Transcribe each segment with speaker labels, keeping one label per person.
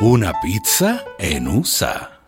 Speaker 1: Una pizza en USA.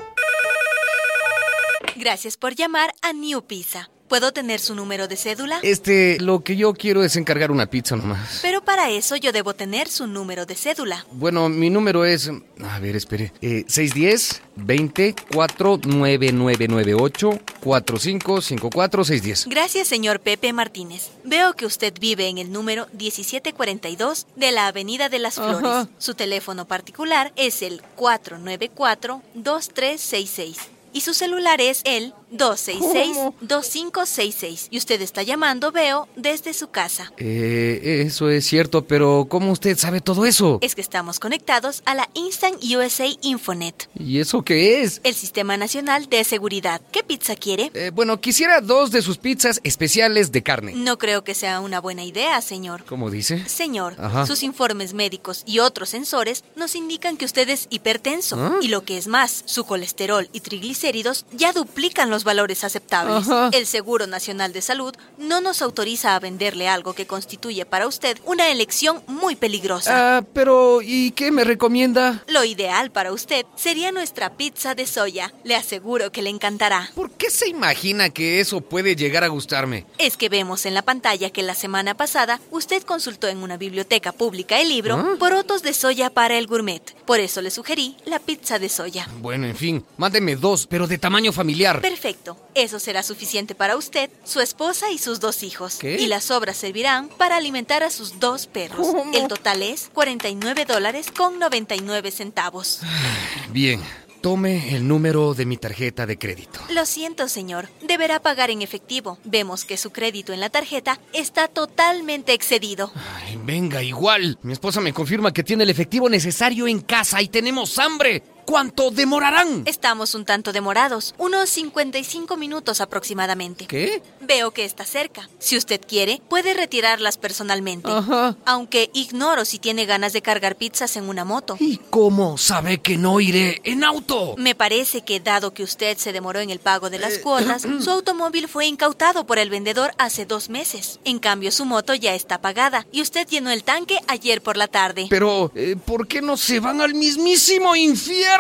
Speaker 2: Gracias por llamar a New Pizza. ¿Puedo tener su número de cédula?
Speaker 3: Este, lo que yo quiero es encargar una pizza nomás.
Speaker 2: Pero para eso yo debo tener su número de cédula.
Speaker 3: Bueno, mi número es. A ver, espere. Eh, 610 20 49998 4554610.
Speaker 2: Gracias, señor Pepe Martínez. Veo que usted vive en el número 1742 de la Avenida de las Flores.
Speaker 3: Ajá.
Speaker 2: Su teléfono particular es el 494-2366. Y su celular es el 266-2566. Y usted está llamando, veo, desde su casa.
Speaker 3: Eh, eso es cierto, pero ¿cómo usted sabe todo eso?
Speaker 2: Es que estamos conectados a la Instant USA Infonet,
Speaker 3: ¿Y eso qué es?
Speaker 2: el Sistema Nacional de Seguridad. ¿Qué pizza quiere?
Speaker 3: Eh, bueno, quisiera dos de sus pizzas especiales de carne.
Speaker 2: No creo que sea una buena idea, señor.
Speaker 3: ¿Cómo dice?
Speaker 2: Señor,
Speaker 3: Ajá.
Speaker 2: sus informes médicos y otros sensores nos indican que usted es hipertenso
Speaker 3: ¿Ah?
Speaker 2: y lo que es más, su colesterol y triglicéridos ya duplican los valores aceptables.
Speaker 3: Ajá.
Speaker 2: El Seguro Nacional de Salud no nos autoriza a venderle algo que constituye para usted una elección muy peligrosa.
Speaker 3: Ah, pero ¿y qué me recomienda?
Speaker 2: Lo ideal para usted sería nuestra pizza de soya. Le aseguro que le encantará.
Speaker 3: ¿Por qué se imagina que eso puede llegar a gustarme?
Speaker 2: Es que vemos en la pantalla que la semana pasada usted consultó en una biblioteca pública el libro
Speaker 3: ¿Ah?
Speaker 2: Porotos de soya para el gourmet. Por eso le sugerí la pizza de soya.
Speaker 3: Bueno, en fin, mándeme dos, pero de tamaño familiar.
Speaker 2: Perfecto. Eso será suficiente para usted, su esposa y sus dos hijos.
Speaker 3: ¿Qué?
Speaker 2: Y las obras servirán para alimentar a sus dos perros.
Speaker 3: ¿Cómo?
Speaker 2: El total es 49 dólares con 99 centavos.
Speaker 3: Bien, tome el número de mi tarjeta de crédito.
Speaker 2: Lo siento, señor. Deberá pagar en efectivo. Vemos que su crédito en la tarjeta está totalmente excedido.
Speaker 3: Ay, venga, igual. Mi esposa me confirma que tiene el efectivo necesario en casa y tenemos hambre. ¿Cuánto demorarán?
Speaker 2: Estamos un tanto demorados, unos 55 minutos aproximadamente.
Speaker 3: ¿Qué?
Speaker 2: Veo que está cerca. Si usted quiere, puede retirarlas personalmente.
Speaker 3: Ajá.
Speaker 2: Aunque ignoro si tiene ganas de cargar pizzas en una moto.
Speaker 3: ¿Y cómo sabe que no iré en auto?
Speaker 2: Me parece que dado que usted se demoró en el pago de las cuotas, su automóvil fue incautado por el vendedor hace dos meses. En cambio, su moto ya está pagada y usted llenó el tanque ayer por la tarde.
Speaker 3: Pero, eh, ¿por qué no se van al mismísimo infierno?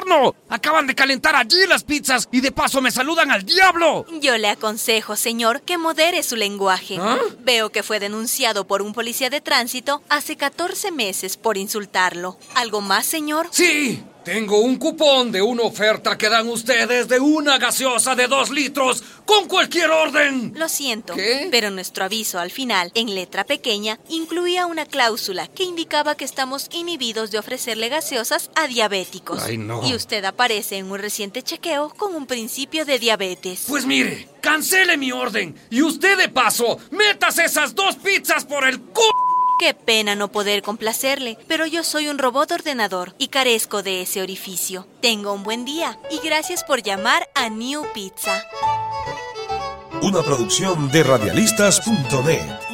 Speaker 3: Acaban de calentar allí las pizzas y de paso me saludan al diablo.
Speaker 2: Yo le aconsejo, señor, que modere su lenguaje.
Speaker 3: ¿Ah?
Speaker 2: Veo que fue denunciado por un policía de tránsito hace 14 meses por insultarlo. ¿Algo más, señor?
Speaker 3: Sí, tengo un cupón de una oferta que dan ustedes de una gaseosa de dos litros con cualquier orden.
Speaker 2: Lo siento,
Speaker 3: ¿Qué?
Speaker 2: pero nuestro aviso al final, en letra pequeña, incluía una cláusula que indicaba que estamos inhibidos de ofrecerle gaseosas a diabéticos.
Speaker 3: Ay, no.
Speaker 2: Y usted aparece en un reciente chequeo con un principio de diabetes.
Speaker 3: Pues mire, cancele mi orden y usted de paso, metas esas dos pizzas por el cu...
Speaker 2: Qué pena no poder complacerle, pero yo soy un robot ordenador y carezco de ese orificio. Tenga un buen día y gracias por llamar a New Pizza.
Speaker 4: Una producción de radialistas.net.